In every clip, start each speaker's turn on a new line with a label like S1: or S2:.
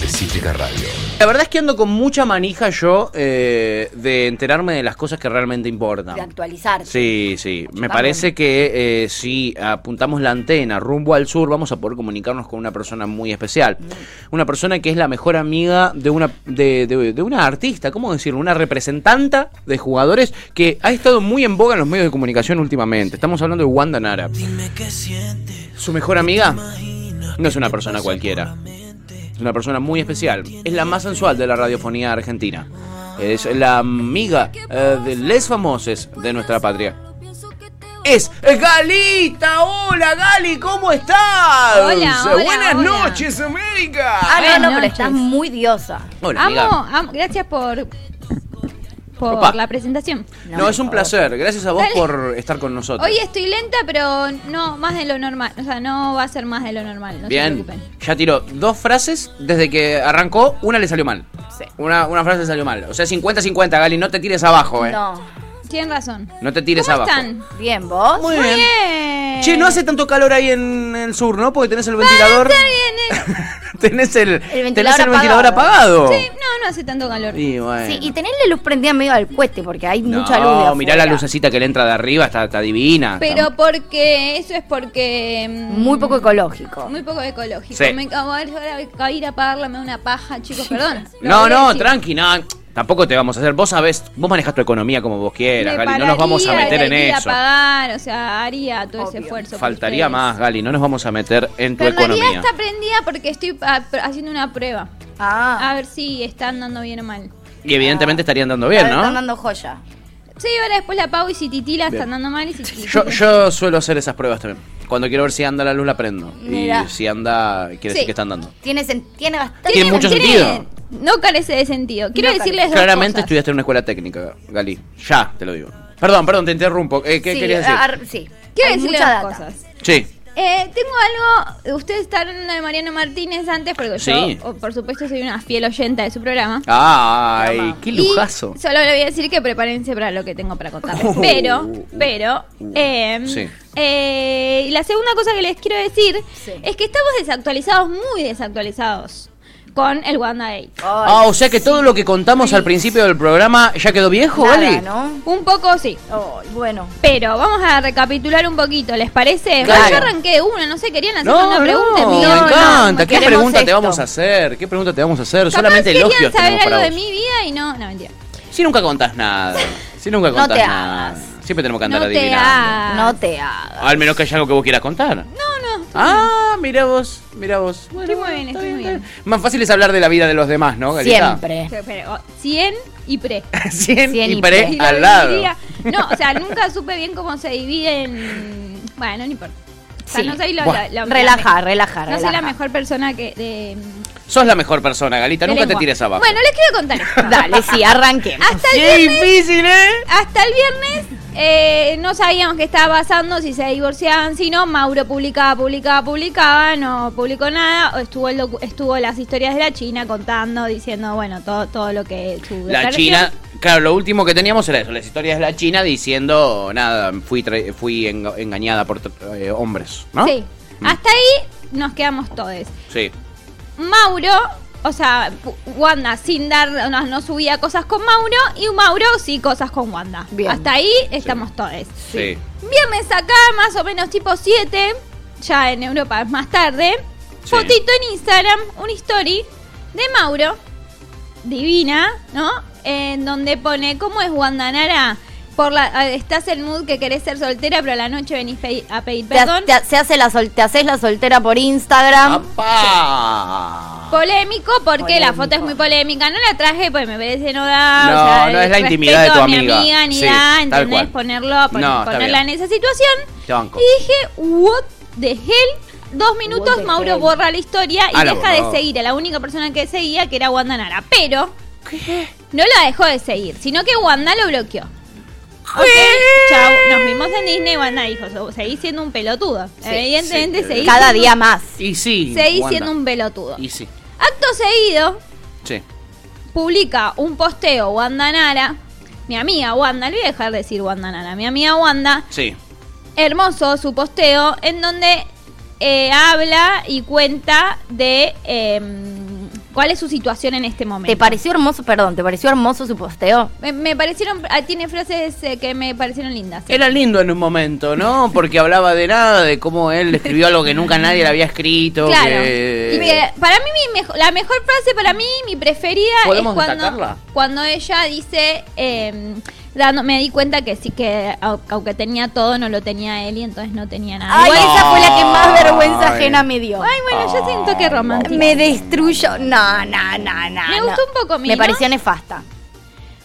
S1: de Cítrica Radio.
S2: La verdad es que ando con mucha manija yo eh, de enterarme de las cosas que realmente
S3: de
S2: importan.
S3: actualizar.
S2: Sí, sí. Me
S3: Vamos.
S2: parece que eh, si apuntamos la antena rumbo al sur, vamos a poder comunicarnos con una persona muy especial. Una persona que es la mejor amiga de una, de, de- de una artista, ¿cómo decirlo? Una representanta de jugadores que ha estado muy en boga en los medios de comunicación últimamente. Estamos hablando de Wanda Nara. Su mejor amiga no es una persona cualquiera. Es una persona muy especial. Es la más sensual de la radiofonía argentina. Es la amiga eh, de les famosos de nuestra patria. Es Galita. Hola, Gali, ¿cómo estás? Eh,
S4: Hola, hola,
S2: Buenas
S4: hola.
S2: noches, América.
S3: Ah, no, no,
S4: Buenas
S3: pero estás
S4: noches.
S3: muy diosa.
S2: Hola, amiga.
S4: Amo, amo, gracias por por
S2: Opa.
S4: la presentación.
S2: No, es un
S3: por favor.
S2: placer. Gracias a vos
S4: Dale.
S2: por estar con nosotros.
S4: Hoy estoy lenta, pero no más de lo normal, o sea, no va a ser más de lo normal, no se
S2: Bien,
S4: preocupen.
S2: ya tiró dos frases desde que arrancó, una le salió mal. Una, una frase le salió mal. O sea, 50-50, Gali, no te tires abajo, eh. No,
S3: No.
S4: Tienen razón.
S2: te tires
S4: ¿Cómo
S2: abajo.
S4: están?
S3: Bien, vos.
S2: Muy
S4: Muy
S2: bien.
S4: bien.
S2: Che, no hace tanto calor ahí en el sur, ¿no? Porque tenés el ventilador.
S4: Bien, eh.
S2: tenés el,
S3: ventilador
S2: tenés el
S3: apagado.
S2: ventilador apagado.
S4: Sí, no, no hace tanto calor.
S2: Y bueno.
S3: Sí, y tenés la luz prendida medio al cueste porque hay
S2: no,
S3: mucha luz. de
S2: mirá
S3: afuera.
S2: la lucecita que le entra de arriba, está, está divina.
S4: Pero
S2: Está-
S4: porque eso es porque mm,
S3: Muy poco ecológico.
S4: muy poco ecológico.
S2: Sí.
S4: Me acabo de ir a pagarla, me da una paja, chicos, perdón. Lo
S2: No,
S4: voy a
S2: no,
S4: decir.
S2: tranqui, no. Tampoco te vamos a hacer. Vos sabés, vos manejás tu economía como vos quieras,
S4: Me
S2: Gali. No nos vamos a
S4: pararía
S2: meter
S4: de
S2: en
S4: ir a
S2: eso.
S4: pagar, o sea, haría todo ese
S3: Obvio.
S4: esfuerzo. por
S2: Faltaría
S4: ustedes.
S2: más, Gali. No nos vamos a meter en tu
S4: Pero en realidad
S2: economía.
S4: está prendida porque estoy ah, pr- haciendo una prueba. A
S3: Ah,
S4: ver si está andando bien o mal.
S2: Y evidentemente estarían dando
S3: Ahora
S2: bien,
S3: están
S2: ¿no?
S3: dando joya.
S4: Sí, ahora después la apago y si titila está andando mal y si titila.
S2: Yo, yo suelo hacer esas pruebas también. Cuando quiero ver si anda la luz, la prendo. Y
S3: Mirá.
S2: si anda, quiere decir
S4: Sí.
S2: que está andando.
S3: Tiene, sen- tiene bastante.
S2: Tiene mucho sentido.
S4: No carece de sentido. Quiero
S3: No
S4: decirles dos
S2: Claramente
S4: cosas.
S2: estudiaste en una escuela técnica, Gali. Ya, te lo digo. Perdón, perdón, te interrumpo. Eh, ¿Qué
S3: sí, ah,
S2: querías decir?
S3: ar- sí.
S4: Quiero
S3: Hay
S4: decirles
S3: mucha
S4: dos
S3: data.
S4: cosas.
S2: Sí.
S4: Eh, tengo algo. Ustedes estaban hablando de Mariano Martínez antes porque
S2: Sí.
S4: yo, oh, por supuesto, soy una fiel oyenta de su programa.
S2: Ay, qué
S4: Y
S2: lujazo. Uh.
S4: solo le voy a decir que prepárense para lo que tengo para contarles. pero, pero, em,
S2: Sí.
S4: eh, y la segunda cosa que les quiero decir
S3: Sí.
S4: es que estamos desactualizados, muy desactualizados, con el Wanda Day.
S3: Ay,
S2: Ah, o sea que todo lo que contamos al principio del programa ya quedó viejo,
S3: nada,
S2: Gali.
S3: ¿no?
S4: Un poco sí.
S3: Ay, bueno.
S4: Pero vamos a recapitular un poquito, ¿les parece?
S2: Claro.
S4: Bueno, Yo arranqué de una, no sé, querían hacer
S2: No,
S4: una pregunta.
S2: no,
S4: y
S2: me
S4: no, no.
S2: encanta.
S3: no,
S2: ¿Qué
S3: queremos
S2: pregunta te
S3: esto.
S2: vamos a hacer? ¿Qué pregunta te vamos a hacer?
S4: Capaz
S2: Solamente
S4: querían
S2: elogios
S4: saber
S2: tenemos
S4: algo
S2: para
S4: de
S2: vos.
S4: mi vida y no, no, mentira.
S2: Si nunca contás nada. Si nunca
S3: No
S2: contás
S3: te
S2: nada.
S3: hagas.
S2: Siempre tenemos que andar
S4: No te
S2: adivinando.
S4: hagas.
S3: No te hagas.
S2: Al menos que haya algo que vos quieras contar.
S4: No, no.
S2: Ah, mira vos, mira vos. Bueno,
S4: Estoy muy bien,
S2: está
S4: estoy muy
S2: está Más fácil es hablar de la vida de los demás, ¿no, Galita?
S3: Siempre.
S4: Pero, oh, 100 y pre.
S2: 100
S3: Cien
S2: y
S3: y
S2: pre
S4: Y lo
S2: al lado.
S4: dividía- No, o sea, nunca supe bien cómo se dividen. Bueno, no importa. O sea,
S3: Sí.
S4: no soy la,
S2: Buah.
S4: la- la-
S3: Relaja, relaja,
S4: No soy la
S3: relaja.
S4: mejor persona que de.
S2: Sos la mejor persona, Galita.
S4: de
S2: Nunca te
S4: lengua.
S2: tires abajo.
S4: Bueno, les quiero contar. esto.
S3: Dale, sí, arranquemos.
S4: Hasta el
S2: ¡Qué
S4: viernes.
S2: difícil, eh!
S4: Hasta el viernes eh, no sabíamos qué estaba pasando, si se divorciaban, si no. Mauro publicaba, publicaba, publicaba, no publicó nada. o Estuvo, el docu- estuvo las historias de la China contando, diciendo, bueno, todo, todo lo que su
S2: La
S4: declaración.
S2: China, claro, lo último que teníamos era eso, las historias de la China diciendo, nada, fui tra- fui enga- engañada por tra- eh, hombres, ¿no? Mm.
S4: Sí. Hasta ahí nos quedamos todos.
S2: Sí.
S4: Mauro, o sea, P- Wanda sin dar, no, no subía cosas con Mauro y Mauro sí cosas con Wanda.
S3: Bien.
S4: Hasta ahí estamos todos.
S2: Sí.
S4: Viernes acá, más o menos tipo 7, ya en Europa es más tarde.
S2: Sí.
S4: Fotito en Instagram, una story de Mauro, divina, ¿no? En donde pone, ¿cómo es Wanda Nara? Por la, ah, estás en mood que querés ser soltera, pero a la noche venís pe- a pedir
S3: Te, ha-
S4: perdón.
S3: te ha- se hace la sol- te haces la soltera por
S2: Ah.
S3: Instagram.
S2: ¡Apá!
S4: Polémico porque la foto es muy polémica. No la traje porque me parece no da.
S2: No,
S4: o sea,
S2: no es la
S4: respeto
S2: intimidad de tu
S4: a mi
S2: amiga.
S4: amiga ni
S2: Sí,
S4: da,
S2: tal
S4: ¿entendés?
S2: cual.
S4: Ponerlo, pon-
S2: No, está
S4: ponerla en
S2: bien.
S4: esa situación.
S2: Te banco.
S4: Y dije, what the hell. Dos minutos,
S3: the
S4: Mauro
S3: hell.
S4: borra la historia y
S2: Ah, la
S4: deja de
S2: borró.
S4: seguir a la única persona que seguía, que era Wanda Nara. Pero no la dejó de seguir, sino que Wanda lo bloqueó. Ok, chau, nos vimos en Disney y Wanda dijo, "So- seguís siendo un pelotudo. Evidentemente
S2: sí.
S4: seguís
S3: Cada
S4: siendo-
S3: día más.
S2: Y sí.
S4: seguís
S2: Wanda.
S4: siendo un pelotudo.
S2: Y sí.
S4: Acto seguido,
S2: Sí.
S4: publica un posteo Wanda Nara, mi amiga Wanda, le voy a dejar de decir Wanda Nara, mi amiga Wanda,
S2: Sí.
S4: hermoso su posteo, en donde eh, habla y cuenta de em, cuál es su situación en este momento.
S3: ¿Te pareció hermoso, perdón, te pareció hermoso su posteo?
S4: me, me parecieron, ah, tiene frases eh, que me parecieron lindas. eh.
S2: Era lindo en un momento, ¿no? Porque hablaba de nada, de cómo él escribió algo que nunca nadie le había escrito.
S4: Claro.
S2: que-
S4: Y me- para mí mi mejo- la mejor frase para mí, mi preferida es
S2: ¿Podemos
S4: cuando,
S2: destacarla?
S4: cuando ella dice, eh, dando, me di cuenta que sí que au- aunque tenía todo no lo tenía él y entonces no tenía nada.
S3: Ay,
S4: Igual-
S3: esa fue la que más vergüenza
S2: Ay.
S3: ajena me dio.
S4: Ay, bueno, yo siento
S2: Ah,
S4: que romántico.
S3: me destruyó. No, no, no, no.
S4: Me
S3: no.
S4: gustó un poco, Mino.
S3: Me pareció nefasta.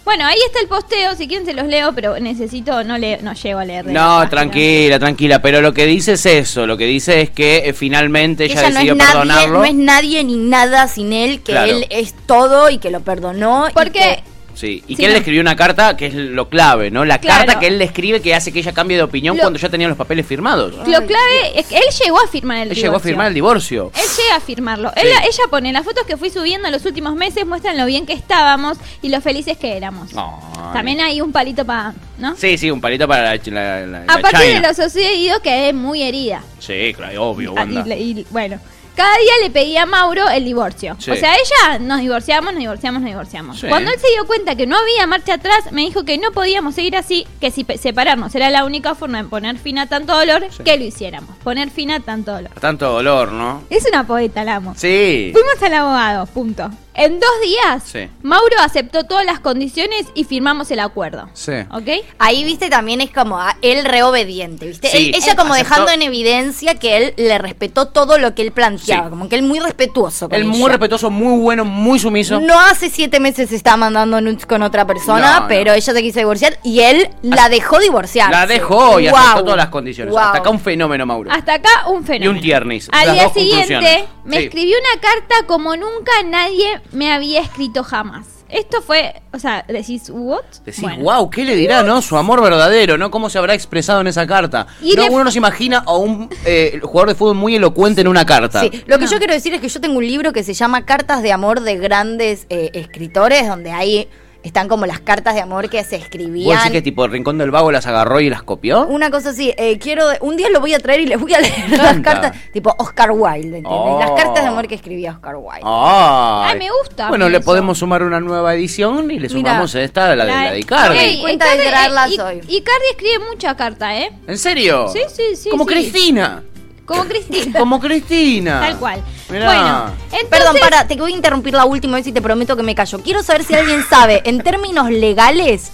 S4: Bueno, ahí está el posteo, si quieren se los leo, pero necesito, no le, no llego a leer. de la
S2: No,
S4: página.
S2: tranquila, tranquila. Pero lo que dice es eso. Lo que dice es que eh, finalmente
S3: Que
S2: ella,
S3: ella no
S2: decidió
S3: es, nadie,
S2: perdonarlo.
S3: no es nadie ni nada sin él, que
S2: Claro.
S3: él es todo y que lo perdonó. y
S4: Porque
S3: que-
S2: Sí, y
S4: Sí,
S2: que él
S4: no.
S2: le escribió una carta que es lo clave, ¿no? La
S4: Claro.
S2: carta que él le escribe que hace que ella cambie de opinión
S4: Lo-
S2: cuando ya tenían los papeles firmados. Él
S4: lo clave es que él llegó a firmar el divorcio.
S2: llegó a firmar el divorcio.
S4: Él llega a firmarlo. Él-
S2: Sí.
S4: ella pone las fotos que fui subiendo en los últimos meses muestran lo bien que estábamos y lo felices que éramos.
S2: Ay.
S4: Eh, También hay un palito para, ¿no?
S2: Sí, sí, un palito para la, ch- la, la- la
S4: a partir
S2: China.
S4: de lo sucedido quedé muy herida.
S2: Sí, claro, obvio,
S4: Ah,
S2: Wanda.
S4: y le- y, bueno, cada día le pedía a Mauro el divorcio.
S2: Sí.
S4: O sea, ella nos divorciamos, nos divorciamos, nos divorciamos.
S2: Sí.
S4: Cuando él se dio cuenta que no había marcha atrás, me dijo que no podíamos seguir así, que si pe- separarnos era la única forma de poner fin a tanto dolor,
S2: Sí.
S4: que lo hiciéramos. Poner fin a tanto dolor.
S2: Tanto dolor, ¿no?
S4: Es una poeta, la amo.
S2: Sí.
S4: Fuimos al abogado, punto. En dos días,
S2: Sí.
S4: Mauro aceptó todas las condiciones y firmamos el acuerdo.
S2: Sí.
S4: ¿Ok?
S3: Ahí, viste, también es como ah, él reobediente, viste.
S2: Sí.
S3: Él- ella como
S2: Aceptó-
S3: dejando en evidencia que él le respetó todo lo que él planteaba,
S2: Sí.
S3: como que él muy respetuoso. Con
S2: Él muy
S3: ella.
S2: respetuoso, muy bueno, muy sumiso.
S3: No hace siete meses se está mandando nudes con otra persona,
S2: No, no.
S3: pero ella se quiso divorciar y él la dejó divorciar.
S2: La dejó y aceptó
S3: Guau.
S2: todas las condiciones.
S3: Guau.
S2: Hasta acá un fenómeno, Mauro.
S4: Hasta acá un fenómeno.
S2: Y un tiernis.
S4: Al
S2: Las
S4: día
S2: dos
S4: siguiente
S2: conclusiones.
S4: me
S2: Sí.
S4: escribió una carta como nunca nadie me había escrito jamás. Esto fue, o sea, decís, ¿what?
S2: Decís,
S4: Bueno.
S2: wow, ¿qué le dirá, no? Su amor verdadero, ¿no? ¿Cómo se habrá expresado en esa carta?
S4: Y
S2: No,
S4: le-
S2: Uno no se imagina a un eh, jugador de fútbol muy elocuente en una carta.
S3: Sí, lo que
S4: No.
S3: yo quiero decir es que yo tengo un libro que se llama Cartas de Amor de grandes eh, escritores, donde ahí están como las cartas de amor que se
S2: ¿Vos decís
S3: escribían.
S2: que tipo el Rincón del Vago las agarró y las copió?
S3: Una cosa así, eh, quiero, un día lo voy a traer y les voy a leer las
S2: encanta.
S3: cartas, tipo Oscar Wilde, ¿entiendes?
S2: Oh.
S3: Las cartas de amor que escribía Oscar Wilde.
S2: Ay.
S4: Ah, me gusta
S2: Bueno,
S4: eso.
S2: le podemos sumar una nueva edición y le
S3: Mira.
S2: sumamos esta, la de la de Icardi.
S3: Me di
S4: Ey,
S3: cuenta de
S4: Icardi-
S3: traerlas
S4: y-
S3: hoy.
S4: Icardi escribe mucha carta, ¿eh?
S2: ¿En serio?
S4: Sí, sí, sí,
S2: Como
S4: sí.
S2: Cristina.
S4: Como Cristina.
S2: Como Cristina.
S4: Tal cual.
S2: Mirá.
S4: Bueno, entonces,
S3: Perdón, para, te voy a interrumpir la última vez y te prometo que me callo. Quiero saber si alguien sabe, en términos legales,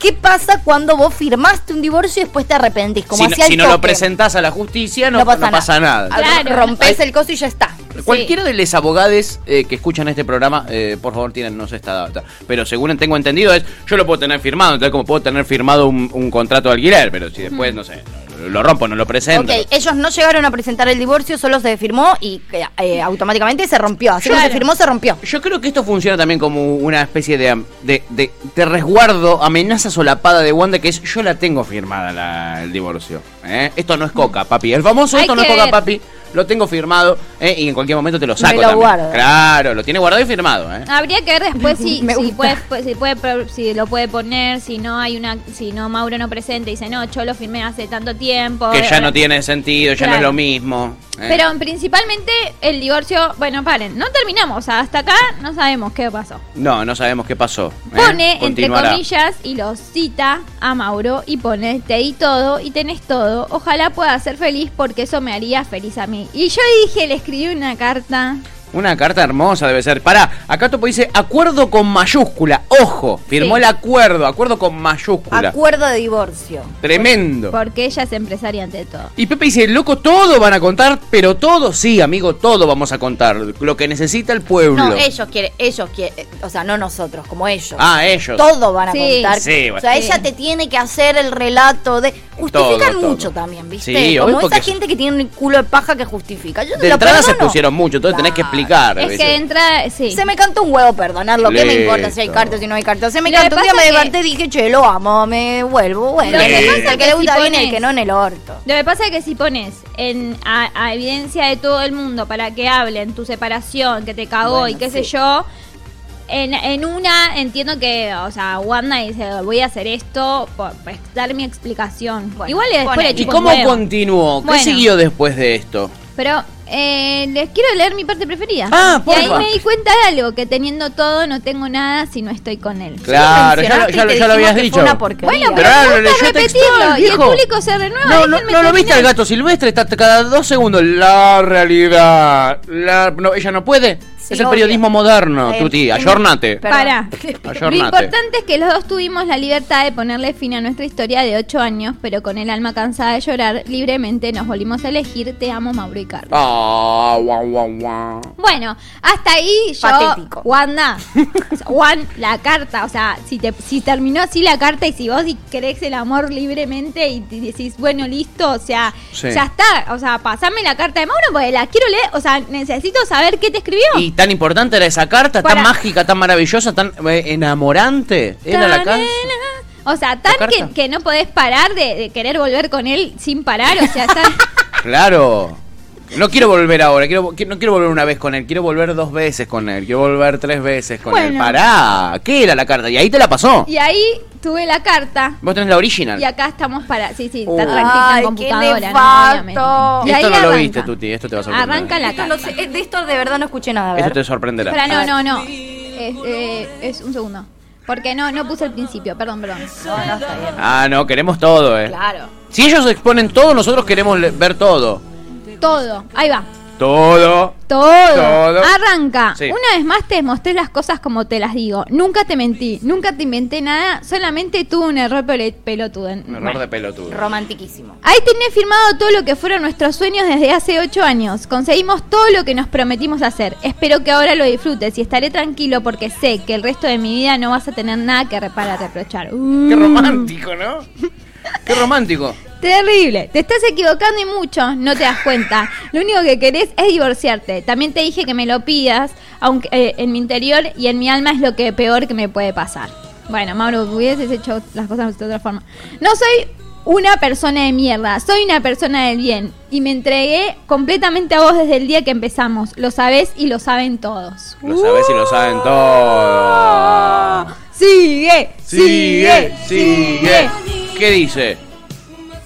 S3: ¿qué pasa cuando vos firmaste un divorcio y después te arrepentís? Como
S2: si, no-
S3: hacía el
S2: si no lo
S3: toque.
S2: presentás a la justicia, no, no pasa, nada.
S3: Ah,
S4: Claro.
S3: Rompés el coso y ya está.
S2: Cualquiera de los abogados eh, que escuchan este programa, eh, por favor, tírennos esta data. Pero según tengo entendido, es yo lo puedo tener firmado, tal como puedo tener firmado un, un contrato de alquiler, pero si después, no sé, lo, lo rompo, no lo presento.
S3: Mm. Ok, ellos no llegaron a presentar el divorcio, solo se firmó y eh, automáticamente se rompió. Así como
S4: Claro.
S3: se firmó, se rompió.
S2: Yo creo que esto funciona también como una especie de, am- de, de- de resguardo, amenaza solapada de Wanda, que es yo la tengo firmada la- el divorcio. ¿eh? Esto no es coca, papi. El famoso
S4: Hay
S2: esto no es
S4: que
S2: coca,
S4: ver.
S2: papi. Lo tengo firmado ¿eh? y en cualquier momento te lo saco.
S3: lo
S2: también.
S3: guardo.
S2: Claro, lo tiene guardado y firmado. ¿eh?
S4: Habría que ver después si,
S3: Me
S4: si,
S3: gusta.
S4: puede, pues, si, puede, pro- si lo puede poner, si no hay una, si no Mauro no presenta y dice, no, yo lo firmé hace tanto tiempo.
S2: que ya
S4: Eh,
S2: no tiene sentido, ya no es
S4: Claro.
S2: lo mismo. ¿eh?
S4: Pero principalmente el divorcio, bueno, paren, no terminamos, o sea, hasta acá no sabemos qué pasó.
S2: No, no sabemos qué pasó. ¿eh?
S4: Pone, entre
S2: Continuará.
S4: comillas, y lo cita a Mauro y pone, te di todo y tenés todo, ojalá pueda ser feliz porque eso me haría feliz a mí. Y yo dije, le escribí una carta.
S2: Una carta hermosa debe ser. Pará, acá Topo dice acuerdo con mayúscula. Ojo, firmó
S4: Sí.
S2: el acuerdo, acuerdo con mayúscula.
S3: Acuerdo de divorcio.
S2: Tremendo.
S4: Porque ella es empresaria ante todo.
S2: Y Pepe dice, loco, todo van a contar, pero todo, sí, amigo, todo vamos a contar. Lo que necesita el pueblo.
S3: No, ellos quieren, ellos quieren, o sea, no nosotros, como ellos.
S2: Ah, ellos.
S3: Todo van a
S4: Sí.
S3: contar.
S2: Sí,
S3: o sea,
S4: bueno.
S3: ella te tiene que hacer el relato de. Justifican
S2: Todo, todo.
S3: mucho también, ¿viste?
S2: Sí, obvio,
S3: Como esa
S2: porque-
S3: gente que tiene un culo de paja que justifica. Yo
S2: De
S3: lo
S2: entrada se
S3: perdono.
S2: pusieron mucho, entonces tenés que
S3: Claro.
S2: explicar.
S4: Es
S2: ¿viste?
S4: que entra, sí.
S3: Se me canta un huevo perdonar lo que me
S2: Listo.
S3: importa si hay cartas si no hay cartas. Se me
S4: Lo que
S3: canta un día
S4: pasa
S3: me
S4: es que-
S3: levanté y dije, che, lo amo, me vuelvo, bueno.
S4: Lo
S2: que pasa es
S3: El que le
S4: que
S3: gusta
S4: si
S3: bien y el
S4: pones-
S3: que no en el orto.
S4: Lo que pasa es que si pones en, a, a evidencia de todo el mundo para que hablen tu separación, que te cagó
S3: Bueno,
S4: y qué
S3: sí.
S4: sé yo, en, en una entiendo que, o sea, Wanda dice, voy a hacer esto, por, por dar mi explicación.
S3: Bueno,
S4: Igual después
S3: ponele.
S4: le
S2: ¿Y
S4: chupa
S2: cómo
S4: un huevo.
S2: continuó? ¿Qué
S4: Bueno.
S2: siguió después de esto?
S4: Pero eh, les quiero leer mi parte preferida.
S2: Ah,
S4: y ahí
S2: porfa.
S4: me di cuenta de algo, que teniendo todo no tengo nada si no estoy con él.
S2: Claro, ya, lo-
S3: mencionaste
S2: ya
S3: y
S2: lo-
S3: te
S2: ya lo habías
S3: dijimos que
S2: dicho.
S3: fue una porquería.
S4: Bueno,
S3: Pero
S4: pero,
S2: ahora
S4: me
S2: lo
S4: gusta
S2: leyó
S4: repetirlo
S2: textual,
S4: y el
S2: viejo.
S4: público se renueva.
S2: No, no,
S4: déjenme
S2: no lo viste al
S4: terminar.
S2: gato silvestre, está cada dos segundos. La realidad. La, no, ella no puede.
S3: Sí,
S2: es el
S3: obvio.
S2: moderno, moderno,
S3: Está bien.
S2: Tuti. Ayornate.
S3: Perdón.
S4: Pará. Lo
S2: Ayornate.
S4: importante es que los dos tuvimos la libertad de ponerle fin a nuestra historia de 8 años, pero con el alma cansada de llorar, libremente nos volvimos a elegir Te amo, Mauro y Carlos.
S2: Ah, guau, guau, guau.
S4: Bueno, hasta ahí yo,
S3: Patético.
S4: Wanda, o sea, Juan, la carta, o sea, si, te, si terminó así la carta y si vos si crees el amor libremente y te decís, bueno, listo, o sea,
S2: Sí.
S4: ya está, o sea, pasame la carta de Mauro porque la quiero leer, o sea, necesito saber qué te escribió.
S2: Y tan importante era esa carta,
S4: Para-
S2: tan mágica, tan maravillosa, tan eh, enamorante. Era la
S4: Tanana.
S2: canción.
S4: O sea,
S2: ¿La
S4: tan que,
S2: carta?
S4: que no podés parar de, de querer volver con él sin parar, o sea, está-
S2: Claro. No quiero volver ahora, quiero, qui- no quiero volver una vez con él, quiero volver dos veces con él, quiero volver tres veces con él.
S4: Bueno.
S2: Pará, ¿qué era la carta? Y ahí te la pasó.
S4: y ahí tuve la carta.
S2: Vos tenés la original.
S4: Y acá estamos para. Sí, sí,
S2: Oh.
S4: está tranquila
S3: Ay,
S4: en
S3: qué
S4: computadora.
S3: nefasto.
S4: No, obviamente. Y
S2: Esto
S4: ahí
S2: no lo
S4: arranca.
S2: viste, Tuti, esto te va a sorprender.
S4: Arranca la
S3: Esto
S4: carta.
S3: no sé, eh, de esto de verdad no escuché nada. a ver.
S2: Eso te sorprenderá.
S4: Espera, no, no, no. Es, eh, es un segundo. Porque no, no puse el principio, perdón, perdón.
S3: No, no, está bien.
S2: Ah, no, queremos todo, eh.
S4: Claro.
S2: Si ellos exponen todo, nosotros queremos le- ver todo.
S4: Todo. Ahí va.
S2: Todo.
S4: Todo.
S2: Todo.
S4: Arranca.
S2: Sí.
S4: Una vez más te mostré las cosas como te las digo. Nunca te mentí, nunca te inventé nada, solamente tuve un error pele- pelotudo.
S2: Un
S4: Bueno.
S2: error de pelotudo.
S3: Romantiquísimo.
S4: Ahí tenés firmado todo lo que fueron nuestros sueños desde hace 8 años. Conseguimos todo lo que nos prometimos hacer. Espero que ahora lo disfrutes y estaré tranquilo porque sé que el resto de mi vida no vas a tener nada que reparar, reprochar. Uh.
S2: Qué romántico, ¿no? Qué romántico.
S4: Terrible, te estás equivocando y mucho, no te das cuenta. Lo único que querés es divorciarte. También te dije que me lo pidas, aunque eh, en mi interior y en mi alma es lo que peor que me puede pasar. Bueno, Mauro, hubieses hecho las cosas de otra forma. No soy una persona de mierda, soy una persona del bien y me entregué completamente a vos desde el día que empezamos. Lo sabés y lo saben todos.
S2: Lo sabés y lo saben
S4: Oh.
S2: todo.
S4: Sigue,
S2: Sigue, sigue. ¿Qué dice?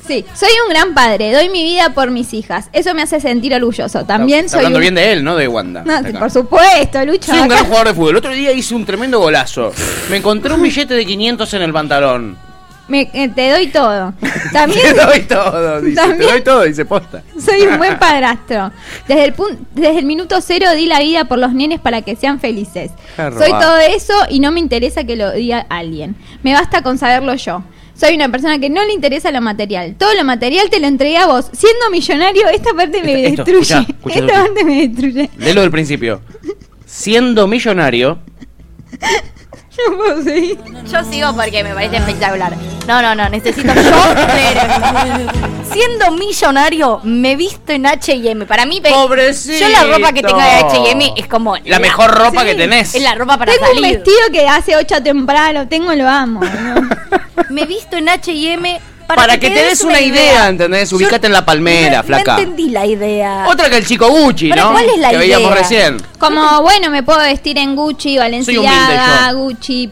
S4: Sí, soy un gran padre, doy mi vida por mis hijas. Eso me hace sentir orgulloso. También
S2: Está
S4: soy
S2: hablando
S4: un...
S2: bien de él, ¿no? De Wanda.
S4: No,
S2: Acá.
S4: sí, por supuesto, Lucho.
S2: Soy un
S4: acá-
S2: gran jugador de fútbol. El otro día hice un tremendo golazo. Me encontré un billete de 500 en el pantalón.
S4: me- eh, te doy todo. También
S2: Te doy todo, dice. Te
S4: También-
S2: doy todo, dice posta.
S4: soy un buen padrastro. Desde el, pun- desde el minuto cero di la vida por los nenes para que sean felices.
S2: Jarba.
S4: Soy todo eso y no me interesa que lo diga alguien. Me basta con saberlo yo. Soy una persona que no le interesa lo material. Todo lo material te lo entregué a vos. Siendo millonario, esta parte me
S2: Esto- esto,
S4: destruye.
S2: escuchá, escuchá,
S4: esta
S2: Lucho.
S4: parte me destruye.
S2: Léelo del principio. Siendo millonario,
S4: No puedo seguir.
S3: Yo sigo porque me parece espectacular. No, no, no, necesito yo ver. Siendo millonario, me visto en HM. Para mí, pe-
S2: Pobrecito.
S3: Yo la ropa que tenga de HM es como.
S2: La mejor ropa que tenés.
S3: Es la ropa para
S4: tengo
S3: salir.
S4: un vestido que hace 8 temprano, tengo, lo amo. ¿no?
S3: Me visto en HM.
S2: para, que te des una idea, ¿entendés?
S3: Yo-
S2: Ubicate en la palmera,
S3: no-
S2: flaca.
S3: No entendí la idea.
S2: Otra que el chico Gucci,
S3: Pero
S2: ¿no?
S3: ¿cuál es la
S2: que veíamos
S3: idea?
S2: recién.
S4: Como, bueno, me puedo vestir en Gucci, Valenciaga,
S2: humilde yo.
S4: Gucci,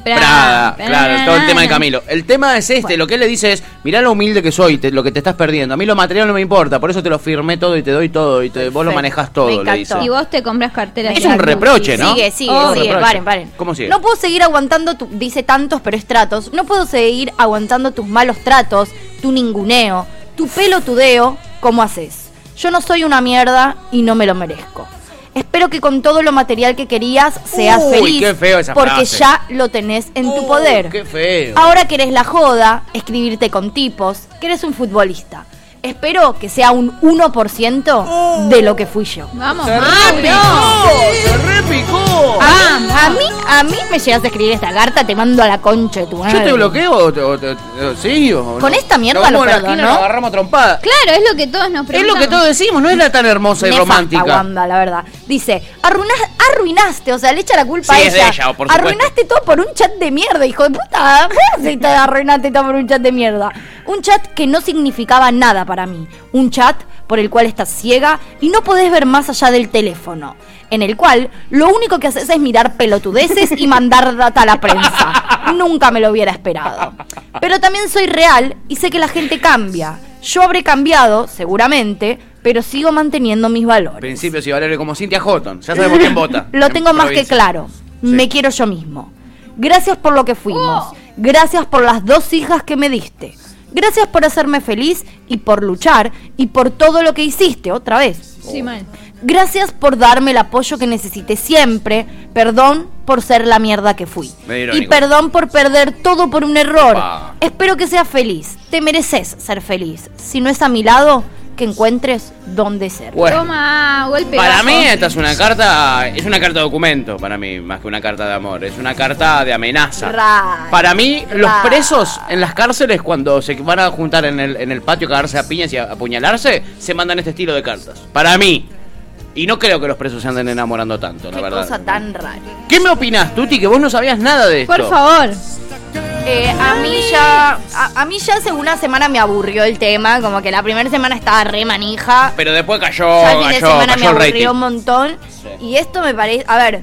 S2: Prada,
S4: Prada.
S2: claro, todo el tema de Camilo. El tema es este, lo que él le dice es, mirá lo humilde que soy, te- lo que te estás perdiendo. A mí lo material no me importa, por eso te lo firmé todo y te doy todo y te- vos lo
S3: Perfecto.
S2: manejas
S3: Me
S2: todo, le
S3: encantó.
S2: dice.
S4: Y vos te compras carteras.
S2: Es
S4: de
S2: un
S4: Gucci.
S2: reproche, ¿no?
S3: Sigue, sigue,
S2: Oh,
S3: sigue.
S2: reproche.
S3: Paren, paren.
S2: ¿Cómo sigue?
S3: No puedo seguir aguantando, tu, dice tantos, pero es tratos. No puedo seguir aguantando tus malos tratos, tu ninguneo, tu pelo tudeo, como haces. Yo no soy una mierda y no me lo merezco. Espero que con todo lo material que querías seas
S2: Uy,
S3: feliz.
S2: qué feo esa
S3: porque
S2: frase.
S3: ya lo tenés en tu
S2: Uy,
S3: poder.
S2: Uh,
S3: Ah,
S2: qué feo.
S3: Ahora querés la joda, escribirte con tipos, que eres un futbolista. Espero que sea un 1% de lo que fui yo.
S4: Vamos,
S2: Se
S4: Mauro.
S2: repicó, se repicó.
S3: Ah, a mí, a mí me llegas a escribir esta carta, te mando a la concha de tu madre.
S2: Yo te bloqueo, o te- o te- o- sí, o
S3: Ah. Con
S2: no.
S3: esta mierda
S2: Nos
S3: lo
S2: vamos a la
S3: perdono.
S2: esquina, nos agarramos a trompada.
S4: Claro, es lo que todos nos
S2: Es lo
S4: preguntamos.
S2: que todos decimos, no es la tan hermosa y
S3: Nefasta
S2: romántica.
S3: Wanda, la verdad. Dice, "Arruinas- arruinaste, o sea, le echa la culpa
S2: Sí,
S3: a
S2: es
S3: ella.
S2: de ella, por supuesto.
S3: arruinaste todo por un chat de mierda, hijo de puta. ¿Cómo se te arruinaste todo por un chat de mierda? Un chat que no significaba nada para mí. Un chat por el cual estás ciega y no podés ver más allá del teléfono. En el cual lo único que haces es mirar pelotudeces y mandar data a la prensa. Nunca me lo hubiera esperado. Pero también soy real y sé que la gente cambia. Yo habré cambiado, seguramente, pero sigo manteniendo mis valores.
S2: Principios y valores como Cynthia Houghton. Ya sabemos quién vota.
S3: Lo
S2: en
S3: tengo más que
S2: provincia.
S3: claro.
S2: Sí.
S3: Me quiero yo mismo. Gracias por lo que fuimos. Gracias por las dos hijas que me diste. Gracias por hacerme feliz y por luchar y por todo lo que hiciste otra vez.
S4: Sí, mal.
S3: Gracias por darme el apoyo que necesité siempre. Perdón por ser la mierda que fui.
S2: Medio
S3: Y
S2: irónico.
S3: perdón por perder todo por un error.
S2: Pa.
S3: Espero que seas feliz. Te mereces ser feliz. Si no es a mi lado, que encuentres dónde ser.
S2: Bueno.
S4: Toma, golpe.
S2: Para
S4: bajo.
S2: mí esta es una carta, es una carta de documento, para mí, más que una carta de amor, es una carta de amenaza.
S3: Ra.
S2: Para mí, los
S3: Ra.
S2: presos en las cárceles, cuando se van a juntar en el, en el patio, cagarse a piñas y a- apuñalarse, se mandan este estilo de cartas. Para mí. Y no creo que los presos se anden enamorando tanto, la
S3: Qué
S2: verdad.
S3: cosa tan rara.
S2: ¿Qué me opinás, Tuti, que vos no sabías nada de esto?
S4: Por favor.
S3: Eh, a mí ya, a, a mí ya hace una semana me aburrió el tema, como que la primera semana estaba re manija,
S2: Pero después cayó,
S3: ya el fin de
S2: cayó,
S3: semana me
S2: cayó el
S3: aburrió un
S2: rating.
S3: montón y esto me parece, a ver,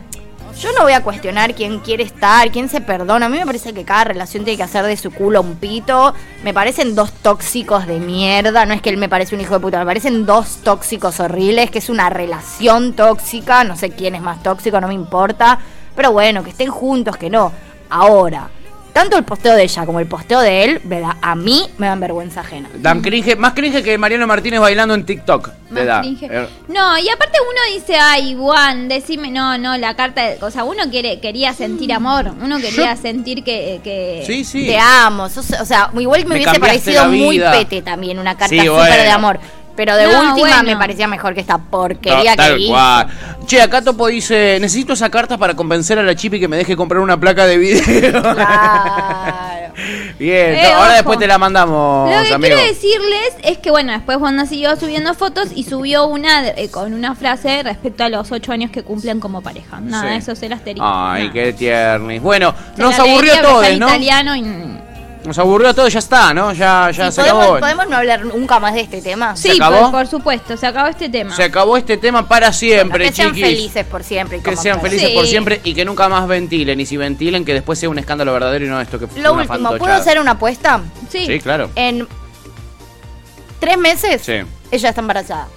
S3: yo no voy a cuestionar quién quiere estar, quién se perdona, a mí me parece que cada relación tiene que hacer de su culo un pito, me parecen dos tóxicos de mierda, no es que él me parece un hijo de puta, me parecen dos tóxicos horribles, que es una relación tóxica, no sé quién es más tóxico, no me importa, pero bueno, que estén juntos, que no, ahora. Tanto el posteo de ella como el posteo de él, me da- a mí me dan vergüenza ajena.
S2: Dan cringe, más cringe que Mariano Martínez bailando en TikTok.
S4: Más
S2: Te da.
S4: cringe.
S2: Eh,
S4: No, y aparte uno dice, ay, Juan, decime, no, no, la carta, de- o sea, uno quiere, quería sentir amor, uno quería sentir que, que-
S2: Sí, sí.
S3: Te amo. sos- o sea, igual
S2: Me
S3: me, hubiese
S2: cambiaste
S3: parecido
S2: la
S3: muy
S2: vida.
S3: pete también una carta
S2: Sí,
S3: súper
S2: bueno.
S3: de amor. Pero de
S4: No,
S3: última
S4: bueno.
S3: me parecía mejor que esta porquería
S2: Ta- tal
S3: que hizo.
S2: cual. Che, acá Topo dice, necesito esa carta para convencer a la chipi que me deje comprar una placa de video.
S3: Claro.
S2: Bien,
S4: Eh,
S2: to- ahora
S4: ojo.
S2: después te la mandamos,
S4: Lo que
S2: amigo.
S4: quiero decirles es que, bueno, después Wanda siguió subiendo fotos y subió una de- eh, con una frase respecto a los ocho años que cumplen como pareja. Nada,
S2: Sí.
S4: eso es el asterisco.
S2: Ay,
S4: nada.
S2: qué tiernis. Bueno,
S4: Se
S2: nos
S4: la leí,
S2: aburrió a
S4: pero está
S2: todos,
S4: en
S2: ¿no?
S4: italiano y-
S2: Nos aburrió a todos, ya está, ¿no? Ya, ya
S3: ¿Y
S2: se
S3: podemos,
S2: acabó.
S3: podemos no hablar nunca más de este tema?
S4: Sí,
S2: acabó?
S4: Por, por supuesto, se acabó este tema.
S2: Se acabó este tema para siempre,
S3: que sean
S2: chiquis.
S3: felices por siempre. y
S2: Que
S3: como
S2: sean
S3: fuera.
S2: felices por
S4: Sí.
S2: siempre y que nunca más ventilen. Y si ventilen, que después sea un escándalo verdadero y no esto que fue
S3: Lo
S2: una
S3: último, ¿puedo
S2: fantochada.
S3: hacer una apuesta?
S4: Sí.
S2: Sí, claro.
S3: En tres meses,
S2: Sí.
S3: ella está embarazada.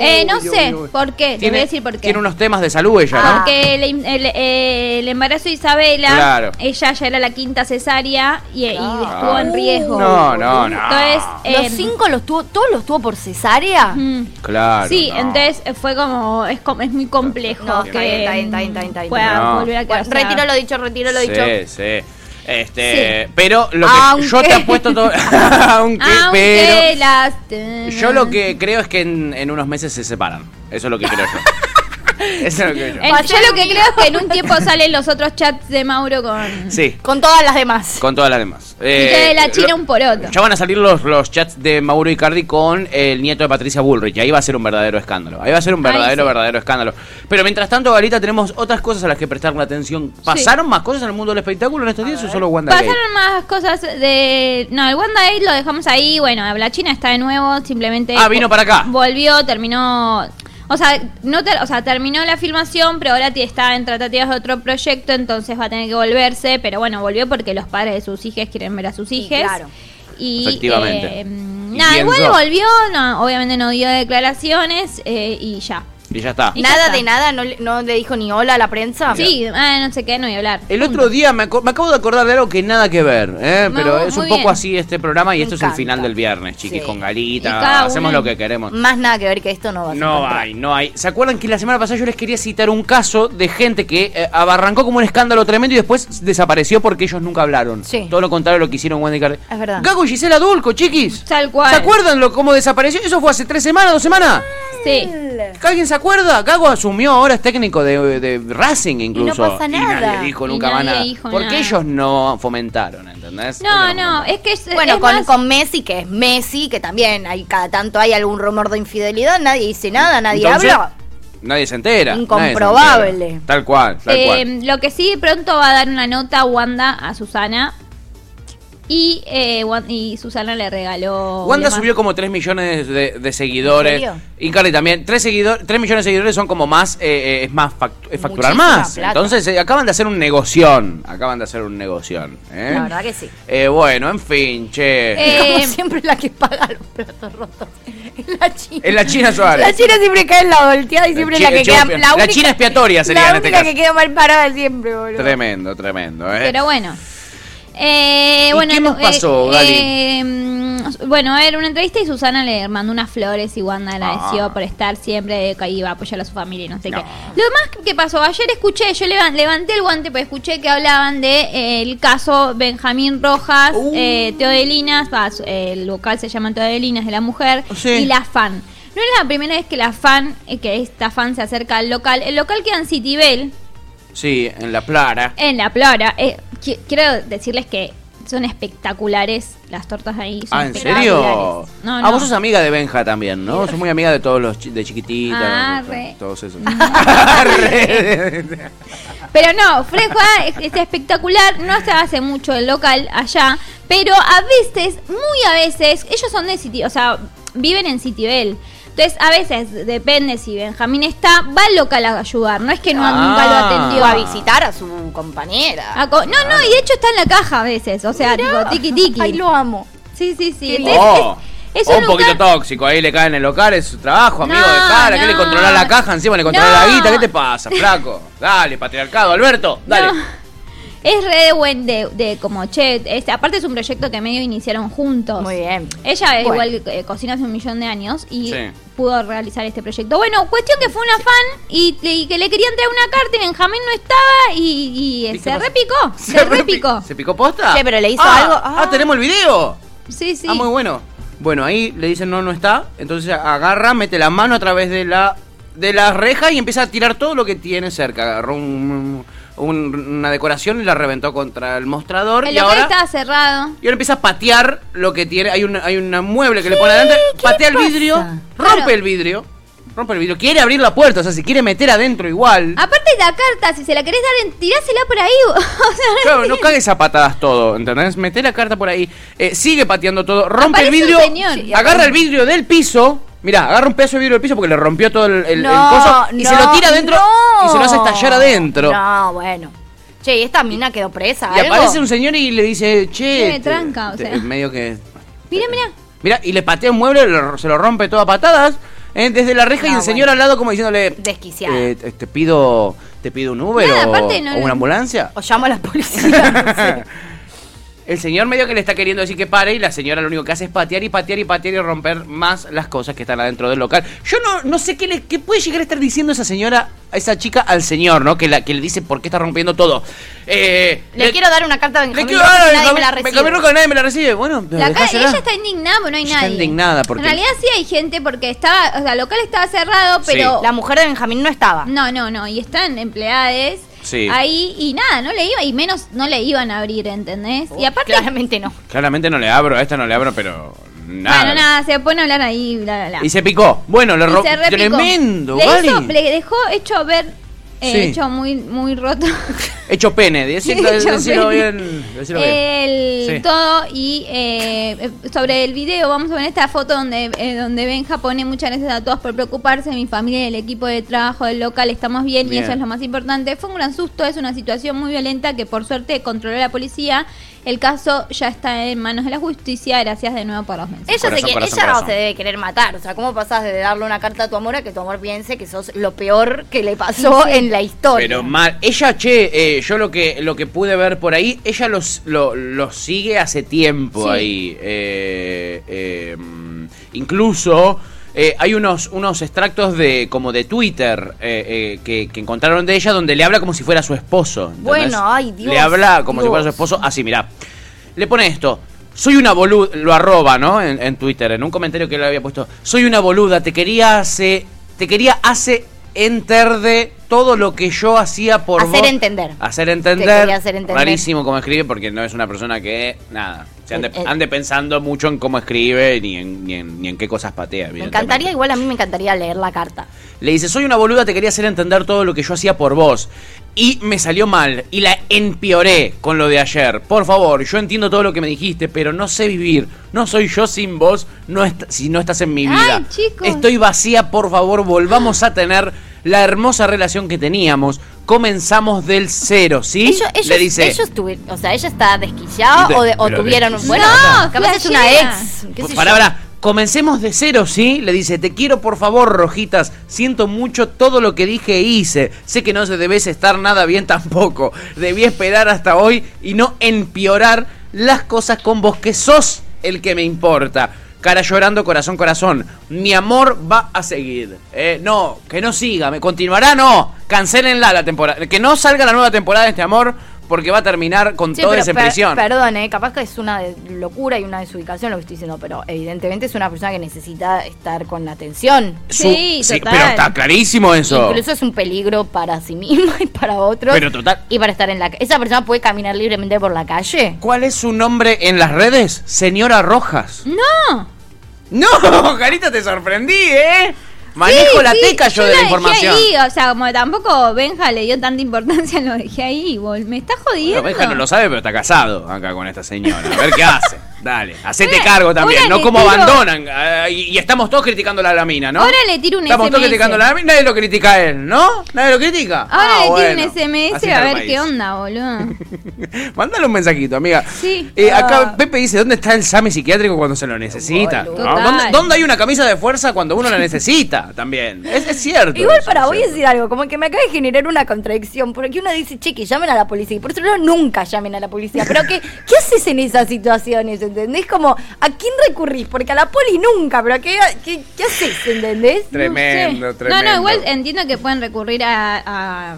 S4: Eh, no
S2: Uy,
S4: sé
S2: uy, uy.
S4: por qué, les voy a decir por qué.
S2: tiene unos temas de salud ella, ¿no?
S3: Ah.
S4: Porque el, el- eh, el embarazo de Isabela,
S2: Claro.
S4: ella ya era la quinta cesárea y, eh, y
S2: Ah.
S3: Claro.
S4: estuvo en riesgo.
S2: No, no, no.
S4: Entonces, eh,
S3: los cinco los tuvo, todos los tuvo por cesárea.
S4: mm,
S2: Claro.
S4: sí,
S2: Ah, no.
S4: entonces eh, fue como, es, com- es muy complejo
S3: No,
S4: que
S3: está bien, está bien, está bien, está bien, está bien.
S4: pueda
S2: No.
S4: volver a
S3: Bueno,
S4: casar.
S3: retiro lo dicho, retiro lo
S2: sí,
S3: dicho.
S2: Sí, Este, pero lo que
S3: Aunque-
S2: yo te apuesto todo. aunque,
S4: Aunque
S2: pero.
S4: ah, las...
S2: Yo lo que creo es que en, en unos meses se separan. Eso es lo que creo yo. Eso es lo que creo yo.
S4: En- yo lo que creo es que en un tiempo salen los otros chats de Mauro con...
S2: Sí,
S3: Con todas las demás.
S2: con todas las demás. Eh,
S4: Y que de la China
S2: lo-
S4: un poroto.
S2: Ya van a salir los, los chats de Mauro Icardi con el nieto de Patricia Bullrich. y Ahí va a ser un verdadero escándalo. Ahí va a ser un
S4: Ay,
S2: verdadero,
S4: sí.
S2: verdadero escándalo. Pero mientras tanto, Galita, tenemos otras cosas a las que prestarle atención. ¿Pasaron más cosas en el mundo del espectáculo en estos días o solo Wanda Gate?
S4: Pasaron más cosas de... No, el Wanda Aid lo dejamos ahí. Bueno, la China está de nuevo. Simplemente...
S2: Ah, vino para acá.
S4: Volvió, terminó... O sea, no ter- o sea, terminó la filmación, pero ahora ti- está en tratativas de otro proyecto, entonces va a tener que volverse. Pero bueno, volvió porque los padres de sus hijas quieren ver a sus hijas.
S3: claro.
S4: Y,
S2: Efectivamente.
S4: eh,
S2: Y
S4: nada, igual
S2: pienso-
S4: volvió, no, obviamente no dio declaraciones eh, y ya.
S2: Y ya está.
S4: Y ya
S3: Nada
S4: está.
S3: de nada, no, le- no le dijo ni hola a la prensa.
S4: Sí, ah, no sé qué, no voy a hablar.
S2: El otro día me, aco- me acabo de acordar de algo que nada que ver, ¿eh?
S4: No,
S2: pero es un
S4: muy
S2: poco
S4: bien.
S2: así este programa y
S3: Me
S2: esto es el
S3: encanta.
S2: final del viernes, chiquis,
S3: Sí.
S2: con
S4: Y cada
S2: galita,
S4: uno
S2: hacemos lo que
S4: en-
S2: queremos.
S3: Más nada que ver que esto no va a
S2: No hay, no hay. ¿Se acuerdan que la semana pasada yo les quería citar un caso de gente que eh, abarrancó como un escándalo tremendo y después desapareció porque ellos nunca hablaron?
S3: Sí.
S2: Todo lo contrario a lo que hicieron Wendy Cardi.
S3: Es verdad.
S2: Gago y Gisela Dulco, chiquis.
S4: Tal cual.
S2: ¿Se acuerdan lo, cómo desapareció? Eso fue hace tres semanas, dos semanas.
S4: Sí.
S2: ¿Alguien se acuerda? Gago asumió, ahora es técnico de, de Racing incluso.
S3: pasa
S2: Y nadie
S3: nada.
S2: dijo
S4: Y
S2: nunca más
S4: nadie
S2: nada.
S4: dijo
S2: Porque
S4: nada.
S2: ellos no fomentaron, ¿entendés?
S4: No,
S2: Ellos
S4: no,
S2: fomentaron.
S4: es que es,
S3: Bueno,
S4: es
S3: con,
S4: más-
S3: con Messi, que es Messi, que también hay cada tanto hay algún rumor de infidelidad, nadie dice nada, nadie
S2: Entonces,
S3: habla.
S2: Nadie se entera. nadie se
S3: Incomprobable.
S2: entera. Tal cual, tal
S4: eh,
S2: cual.
S4: lo que sí de pronto va a dar una nota Wanda a Susana Y, eh, Wan- y Susana le regaló.
S2: Wanda
S4: demás.
S2: subió como 3 millones de, de seguidores.
S3: Oh, ¿En serio?
S2: Y Carly también. 3, seguidor, 3 millones de seguidores son como más. eh, eh, es más fact- es facturar
S3: Muchísima
S2: más.
S3: plata.
S2: Entonces eh, acaban de hacer un negoción. Acaban de hacer un negoción. ¿eh?
S3: La verdad que sí.
S2: Eh, bueno, en fin, che.
S4: Eh.
S3: Como siempre la que paga los platos rotos. Es la China.
S2: Es la China Suárez.
S3: La China siempre cae en la volteada y siempre es
S2: chi-
S3: la que
S2: el
S3: queda.
S2: chivo- la
S3: única-
S2: China expiatoria sería
S3: La
S2: en este
S3: única
S2: caso.
S3: que queda mal parada siempre, boludo.
S2: tremendo, tremendo. ¿eh?
S4: Pero bueno. Eh,
S2: ¿Y
S4: bueno,
S2: qué más
S4: no,
S2: pasó, Gali?
S4: eh, mm, bueno, era una entrevista y Susana le mandó unas flores y Wanda agradeció
S2: Ah.
S4: por estar siempre que iba a apoyar a su familia y no sé
S2: No.
S4: qué. Lo más que pasó, ayer escuché, yo levan- levanté el guante porque escuché que hablaban de eh, el caso Benjamín Rojas,
S2: Uh.
S4: eh, Teodelinas, va, su- el local se llama Teodelinas de la mujer
S2: Sí.
S4: y la fan. No es la primera vez que la fan, eh, que esta fan se acerca al local. El local queda en Citibel,
S2: Sí, en La Plata.
S4: en la plora. eh, qui- quiero decirles que son espectaculares las tortas de ahí. son
S2: Ah, ¿en serio?
S4: espectaculares. No,
S2: Ah,
S4: no.
S2: vos sos amiga de Benja también, ¿no? Sos muy amiga de todos los chi- de chiquititas.
S4: Ah,
S2: de-
S4: re.
S2: Todos esos. Re.
S4: Pero no, Fresca es, es espectacular. No se hace mucho el local allá. Pero a veces, muy a veces, ellos son de City, o sea, viven en Citibel. Entonces, a veces, depende si Benjamín está, va al local a ayudar. No es que no, nunca lo
S2: Ah.
S4: atendió.
S3: O a visitar a su compañera.
S4: A co- no, no, y de hecho está en la caja a veces. O sea, Ah, tipo, tiki tiki.
S3: Ay, lo amo.
S4: Sí, sí, sí.
S3: Qué
S4: Entonces,
S2: Oh,
S4: es- es
S2: o un poquito
S4: lugar-
S2: tóxico, ahí le caen en el local, es su trabajo, amigo,
S4: No,
S2: dejala, que le
S4: no.
S2: controla la caja, encima le controla la
S4: No.
S2: guita, ¿qué te pasa, flaco? Dale, patriarcado, Alberto, dale.
S4: No. Es re de buen de, de como che, este, aparte es un proyecto que medio iniciaron juntos.
S3: Muy bien.
S4: Ella eh,
S3: Bueno.
S4: igual eh, cocina hace un millón de años y
S2: Sí.
S4: pudo realizar este proyecto. Bueno, cuestión que fue una fan y, y que le querían traer una carta y Benjamín no estaba y, y, eh,
S2: ¿Y qué
S4: se
S2: pasó?
S4: repicó. Se,
S2: repi-
S4: repicó.
S2: ¿Se picó posta?
S3: Che, pero le hizo
S2: Ah,
S3: algo-
S2: Ah,
S3: ah.
S2: tenemos el video.
S4: Sí, sí.
S2: Ah, muy bueno. Bueno, ahí le dicen no, no está. Entonces agarra, mete la mano a través de la de la reja y empieza a tirar todo lo que tiene cerca. Agarró un- un- una decoración y la reventó contra el mostrador.
S4: El
S2: y
S4: local
S2: ahora
S4: estaba cerrado.
S2: y ahora empieza a patear lo que tiene. Hay una, hay una mueble que le pone adelante.
S3: ¿Qué
S2: Patea el
S3: pasa?
S2: vidrio. Rompe
S4: Claro.
S2: el vidrio. Rompe el vidrio. Quiere abrir la puerta. O sea, se quiere meter adentro igual.
S4: Aparte la carta, si se la querés dar, en- tirásela por ahí. o sea,
S2: Claro, no cagues a patadas todo, ¿entendés? Mete la carta por ahí, eh, sigue pateando todo, rompe el
S4: Aparece un
S2: vidrio,
S4: señor. Sí,
S2: agarra el vidrio del piso, mirá, agarra un pedazo de vidrio del piso porque le rompió todo el, el- el
S3: No,
S2: coso y se lo
S3: no,
S2: tira adentro
S3: no.
S2: y se lo hace estallar adentro.
S3: No, bueno. Che, ¿y esta mina quedó presa?
S2: Y
S3: algo?
S2: aparece un señor y le dice, che,
S4: Sí, tranca, o sea.
S2: medio que...
S4: Mira, mira.
S2: Mirá, y le patea un mueble, lo- se lo rompe todo a patadas, eh, desde la reja
S3: No,
S2: y el señor
S3: bueno.
S2: al lado como diciéndole...
S3: Desquiciada.
S2: eh, te te pido, te pido un Uber
S4: Nada,
S2: o,
S4: aparte no
S2: o una
S4: le-
S2: ambulancia.
S3: O llamo a la policía. no sé.
S2: El señor medio que le está queriendo decir que pare y la señora lo único que hace es patear y patear y patear y romper más las cosas que están adentro del local. Yo no, no sé qué, le, qué puede llegar a estar diciendo esa señora, a esa chica al señor, ¿no? Que, la, que le dice por qué está rompiendo todo. Eh,
S3: Le, quiero dar una carta a Benjamín.
S2: le quiero
S3: Rojas y
S2: dar-
S3: nadie me la
S2: me
S3: recibe.
S2: cambiaron que nadie me la recibe. Bueno, pero
S4: La ca-
S2: dejásela.
S4: ella está indignada porque no hay
S2: Está
S4: nadie.
S2: indignada porque-
S4: En realidad sí hay gente porque estaba, o sea, el local estaba cerrado, pero
S3: La mujer de Benjamín no estaba.
S2: Mm,
S4: no, no, no, y están empleades
S2: Sí.
S4: ahí y nada, no le iba y menos no le iban a abrir, ¿entendés? y aparte
S3: Oh, Claramente no.
S2: Claramente no le abro, a esta no le abro, pero nada.
S4: bueno, nada, se pone a hablar ahí, bla, bla, bla.
S2: Y se picó. Bueno, le
S4: Y
S2: ro-
S4: se repicó.
S2: Tremendo,
S4: le,
S2: Gali.
S4: hizo- le dejó hecho ver eh,
S2: Sí.
S4: hecho muy muy roto.
S2: Hecho pene, decirlo,
S4: Hecho
S2: decirlo
S4: pene.
S2: bien. decirlo bien.
S4: el
S2: Sí.
S4: todo y eh, sobre el video vamos a ver esta foto donde eh, donde Benja pone muchas gracias a todos por preocuparse mi familia y el equipo de trabajo del local estamos bien,
S2: Bien.
S4: y eso es lo más importante fue un gran susto es una situación muy violenta que por suerte controló la policía el caso ya está en manos de la justicia gracias de nuevo por los mensajes
S3: Ella, se
S2: Corazón,
S3: que-
S2: corazón,
S3: ella no
S2: corazón.
S3: se debe querer matar. O sea, ¿cómo pasás de darle una carta a tu amor a que tu amor piense que sos lo peor que le pasó en la historia?
S2: Pero mal. Ella, che, eh, yo lo que lo que pude ver por ahí, ella los, lo, los sigue hace tiempo
S4: Sí.
S2: ahí. Eh, eh, mm, incluso eh, hay unos, unos extractos de como de Twitter eh, eh, que, que encontraron de ella donde le habla como si fuera su esposo. ¿entendés?
S3: Bueno, ay, Dios,
S2: Le habla como si
S3: Dios.
S2: fuera su esposo. Así, mirá. Le pone esto. Soy una boluda, lo arroba, ¿no? En, en Twitter, en un comentario que le había puesto. Soy una boluda, te quería hace. Te quería hace enter de todo lo que yo hacía por
S3: Hacer
S2: vos.
S3: entender.
S2: Hacer
S3: Te
S2: entender.
S3: quería hacer entender.
S2: Rarísimo cómo escribe porque no es una persona que, nada, se ande,
S3: Eh, eh.
S2: ande pensando mucho en cómo escribe ni en, ni en, ni en qué cosas patea.
S3: Me encantaría,
S2: evidentemente.
S3: igual a mí me encantaría leer la carta.
S2: Le dice, soy una boluda, te quería hacer entender todo lo que yo hacía por vos. Y me salió mal, y la empeoré con lo de ayer. Por favor, yo entiendo todo lo que me dijiste, pero no sé vivir. No soy yo sin vos no est- si no estás en mi
S4: Ay,
S2: vida.
S4: chicos.
S2: Estoy vacía, por favor, volvamos a tener la hermosa relación que teníamos. Comenzamos del cero, ¿sí?
S3: Ellos, ellos,
S2: Le dice,
S3: ellos tuvieron, o sea, ella está desquillada
S2: De-
S3: o, de- o
S1: pero
S3: tuvieron un. Bueno,
S4: No,
S3: capaz es una
S4: flashea.
S3: ex. qué sé yo.
S2: Pues Pará, pará. Comencemos de cero, ¿sí? Le dice, te quiero por favor, Rojitas. Siento mucho todo lo que dije e hice. Sé que no se debes estar nada bien tampoco. Debí esperar hasta hoy y no empeorar las cosas con vos, que sos el que me importa. Cara llorando, corazón, corazón. Mi amor va a seguir. Eh, no, que no siga. ¿Me continuará? No. Cancelenla la temporada. Que no salga la nueva temporada de este amor porque va a terminar con
S3: Sí,
S2: todo
S3: pero
S2: esa
S3: per-
S2: prisión.
S3: Perdón, eh, capaz que es una de- locura y una desubicación lo que estoy diciendo, pero evidentemente es una persona que necesita estar con atención.
S4: Sí, total.
S2: Pero está clarísimo eso.
S3: Incluso es un peligro para sí misma y para otros.
S2: Pero total-
S3: Y para estar en la calle. ¿Esa persona puede caminar libremente por la calle?
S2: ¿Cuál es su nombre en las redes? Señora Rojas.
S4: No.
S2: No, Carita, te sorprendí, ¿eh? Manejo
S4: Sí,
S2: la
S4: sí,
S2: teca yo de la
S4: dejé
S2: información.
S4: ahí, o sea, como tampoco Benja le dio tanta importancia, lo dejé ahí. bol- Me está jodiendo.
S2: Bueno, Benja no lo sabe, pero está casado acá con esta señora. A ver qué hace. Dale, hacete
S4: Ahora-
S2: cargo también.
S4: ahora
S2: No
S4: le
S2: como
S4: tiro-
S2: abandonan. eh, y, y estamos todos criticándola a la mina, ¿no?
S4: Ahora le tiro un
S2: Estamos todos
S4: SMS.
S2: criticando a la mina. Nadie lo critica a él, ¿no? Nadie lo critica.
S4: Ahora
S2: Ah,
S4: le tiro
S2: bueno.
S4: un SMS
S2: Así
S4: a
S2: está el
S4: ver
S2: país.
S4: qué onda, boludo.
S2: Mándale un mensajito, amiga.
S4: Sí.
S2: Eh, acá
S4: Ah.
S2: Pepe dice, ¿dónde está el SAME psiquiátrico cuando se lo necesita?
S3: Boludo.
S2: ¿No?
S4: Total.
S2: ¿Dónde, dónde hay una camisa de fuerza cuando uno la necesita? También. Es, es cierto.
S3: Igual
S2: eso,
S3: para
S2: es
S3: voy a
S2: cierto.
S3: decir algo, como que me acaba de generar una contradicción, porque uno dice, che, que llamen a la policía, y por otro lado nunca llamen a la policía, pero que, ¿qué haces en esas situaciones, entendés? Como, ¿a quién recurrís? Porque a la poli nunca, pero ¿qué, qué, qué haces, entendés?
S2: Tremendo,
S4: Sí.
S2: tremendo.
S4: No, no, igual entiendo que pueden recurrir a, a,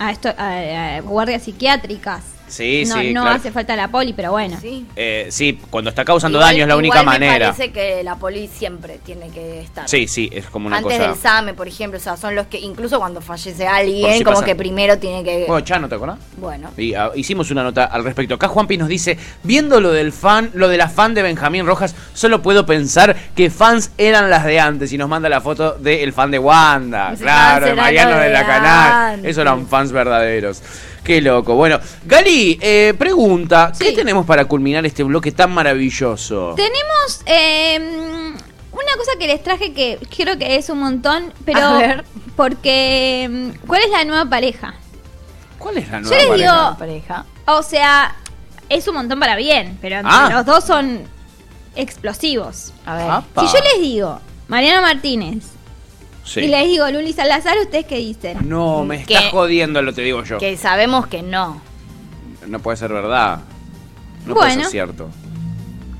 S4: a esto, a- a guardias psiquiátricas.
S2: Sí,
S4: no,
S2: sí,
S4: No
S2: claro.
S4: hace falta la poli, pero bueno.
S3: Sí.
S2: Eh, sí, cuando está causando
S3: Igual-
S2: daño es la única
S3: igual
S2: manera.
S3: Me parece que la poli siempre tiene que estar.
S2: Sí, sí, es como una
S3: Antes
S2: cosa...
S3: del SAME, por ejemplo, o sea, son los que, incluso cuando fallece alguien,
S2: Por si
S3: como
S2: pasa-
S3: que primero tiene que...
S2: Bueno, Oh, Chano, ¿te acordás?
S3: Bueno.
S2: Y, ah, hicimos una nota al respecto. Acá Juanpi nos dice, viendo lo del fan, lo del afán de Benjamín Rojas, solo puedo pensar que fans eran las de antes. Y nos manda la foto del fan de Wanda.
S3: Ese
S2: claro,
S3: fans
S2: de
S3: eran
S2: Mariano
S3: los
S2: de
S3: de
S2: la canal.
S3: antes.
S2: Esos eran fans verdaderos. Qué loco. Bueno, Gali, eh, pregunta, ¿qué
S4: Sí.
S2: tenemos para culminar este bloque tan maravilloso?
S4: Tenemos eh, una cosa que les traje que creo que es un montón, pero
S3: A ver.
S4: porque mm, ¿cuál es la nueva pareja?
S2: ¿Cuál es la
S4: Yo
S2: nueva
S4: les
S2: pareja?
S4: digo-
S3: pareja.
S4: O sea, es un montón para bien, pero entre
S2: Ah.
S4: los dos son explosivos.
S3: A ver.
S2: Apa.
S4: Si yo les digo Mariano Martínez
S2: Sí.
S4: y les digo Luli Salazar, ¿ustedes qué dicen?
S2: No, me
S3: ¿Qué?
S2: estás jodiendo, lo te digo yo.
S3: Que sabemos que no.
S2: No puede ser verdad. No puede
S4: Bueno.
S2: ser cierto.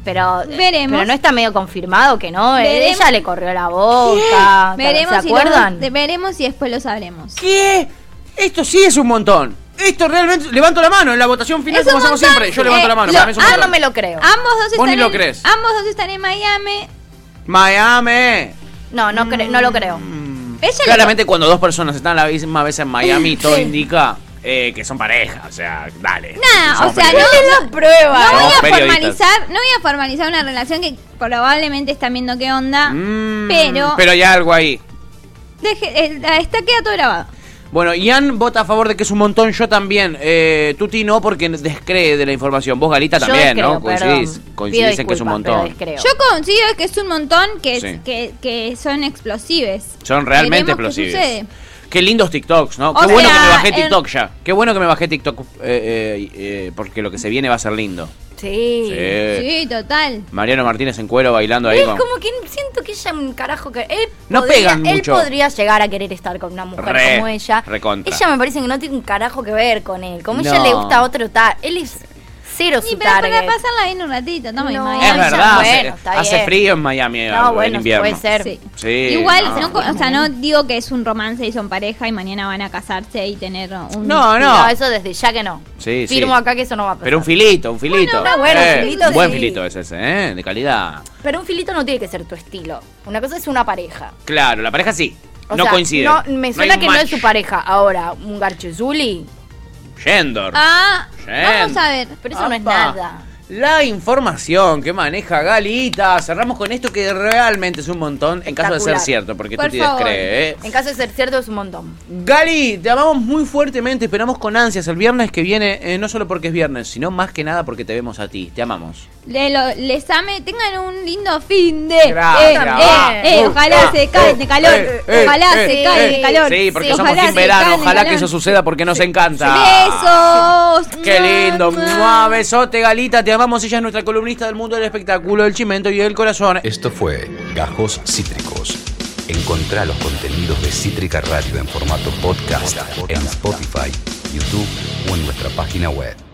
S3: Pero,
S4: Veremos.
S3: pero no está medio confirmado que no. eh,
S4: Veremos.
S3: Ella le corrió la boca.
S4: Veremos
S3: ¿Se
S4: y los-
S3: acuerdan?
S2: Ah,
S4: de- veremos y después lo sabremos.
S2: ¿Qué? Esto sí es un montón. Esto realmente. Levanto la mano en la votación final,
S4: Es un
S2: como hacemos
S4: montón.
S2: siempre. Yo levanto
S4: Eh,
S2: la mano.
S4: lo-
S2: para mí es un
S3: ah,
S2: montón.
S3: no me lo creo.
S4: Ambos dos
S2: Vos
S4: están
S2: ni lo
S4: en,
S2: crees.
S4: ambos dos están en Miami.
S2: Miami.
S3: No, no, cre- no lo creo.
S4: Ella le-
S2: Claramente, cuando dos personas están a la misma vez en Miami, todo indica eh, que son pareja. O sea, dale.
S4: Nada,
S2: Somos
S4: o sea,
S2: periodistas.
S4: no-
S3: la Ah, prueba.
S4: No voy
S2: Somos
S4: a
S2: periodistas.
S4: formalizar, no voy a formalizar una relación que probablemente están viendo qué onda,
S2: Mm,
S4: pero,
S2: Pero hay algo ahí.
S4: deje- eh, está queda todo grabado.
S2: Bueno, Ian vota a favor de que es un montón. Yo también. Eh, Tuti no, porque descree de la información. Vos, Galita,
S3: Yo
S2: también, ¿no?
S3: descreo, perdón.
S2: Coincidís,
S3: Pido
S2: coincidís en que es un
S3: disculpas, pero
S2: montón.
S3: descreo.
S4: Yo considero que es un montón que,
S2: Sí.
S4: que, que son explosives.
S2: Son realmente
S4: Veremos qué
S2: explosivos.
S4: sucede.
S2: Qué lindos TikToks, ¿no?
S4: O
S2: Qué bueno que
S4: sea,
S2: me bajé
S4: en-
S2: TikTok ya. Qué bueno que me bajé TikTok eh, eh, eh, porque lo que se viene va a ser lindo.
S3: Sí.
S2: Sí.
S4: Sí, total.
S2: Mariano Martínez en cuero bailando ahí
S3: Es
S2: con...
S3: como que siento que ella un carajo que él
S2: No
S3: podría,
S2: pegan
S3: él
S2: mucho.
S3: podría llegar a querer estar con una mujer
S2: Re,
S3: como ella.
S2: recontra.
S3: Ella me parece que no tiene un carajo que ver con él. Como ella
S2: No.
S3: le gusta otro tal, él es cero
S4: Y
S3: su
S4: para, para
S3: target.
S4: pasarla bien un ratito, estamos en
S3: No.
S4: Miami.
S2: Es
S3: Ay,
S2: verdad,
S3: ya,
S2: hace,
S3: bueno, está
S2: hace
S3: bien.
S2: frío en Miami
S3: No,
S2: en
S3: bueno,
S2: invierno.
S3: puede ser.
S4: Sí.
S2: Sí,
S4: Igual,
S2: Eh, no.
S4: no co- o sea, no digo que es un romance y son pareja y mañana van a casarse y tener un...
S2: No, no.
S3: No, eso desde ya que no.
S2: Sí, sí.
S3: Firmo acá que eso no va a pasar.
S2: Pero un filito, un filito.
S3: Bueno, no, bueno,
S2: Eh,
S3: un filito
S2: Buen
S3: sí.
S2: filito es ese, ¿eh? De calidad.
S3: Pero un filito no tiene que ser tu estilo. Una cosa es una pareja.
S2: Claro, la pareja sí.
S3: O
S2: No
S3: sea,
S2: coinciden.
S3: no-
S2: No hay
S3: me suena
S2: un
S3: que no es
S2: match.
S3: su pareja. Ahora, un Garchezuli.
S2: Gender.
S4: Ah,
S2: Bien.
S4: vamos a ver.
S3: Pero eso no es
S2: Apa.
S3: nada.
S2: La información que maneja Galita. Cerramos con esto que realmente es un montón, en caso de ser
S3: Espectacular.
S2: cierto, porque
S4: Por
S2: tú te
S4: favor.
S2: descrees. ¿eh?
S3: En caso de ser cierto, es un montón.
S2: Gali, te amamos muy fuertemente, esperamos con ansias el viernes que viene, eh, no solo porque es viernes, sino más que nada porque te vemos a ti, te amamos.
S4: Le- lo- les ame, tengan un lindo fin de.
S2: Gracias.
S4: Eh,
S2: Ah,
S4: eh, eh,
S2: uh,
S4: ojalá
S2: ah,
S4: se caiga de
S2: eh,
S4: calor.
S2: eh, eh,
S4: ojalá
S2: eh,
S4: se
S2: eh,
S4: caiga de
S3: eh.
S4: calor.
S2: Sí, porque
S4: Sí,
S2: somos
S4: ojalá
S2: sin
S4: se
S2: verano,
S4: caiga de
S2: ojalá que
S4: calor.
S2: eso suceda porque nos encanta.
S4: Besos.
S2: Qué lindo,
S4: Mua,
S2: Mua, besote Galita, te amamos, ella es nuestra columnista del mundo del espectáculo, del chimento y del corazón.
S1: Esto fue Gajos Cítricos. Encontrá los contenidos de Cítrica Radio en formato podcast en Spotify, YouTube o en nuestra página web.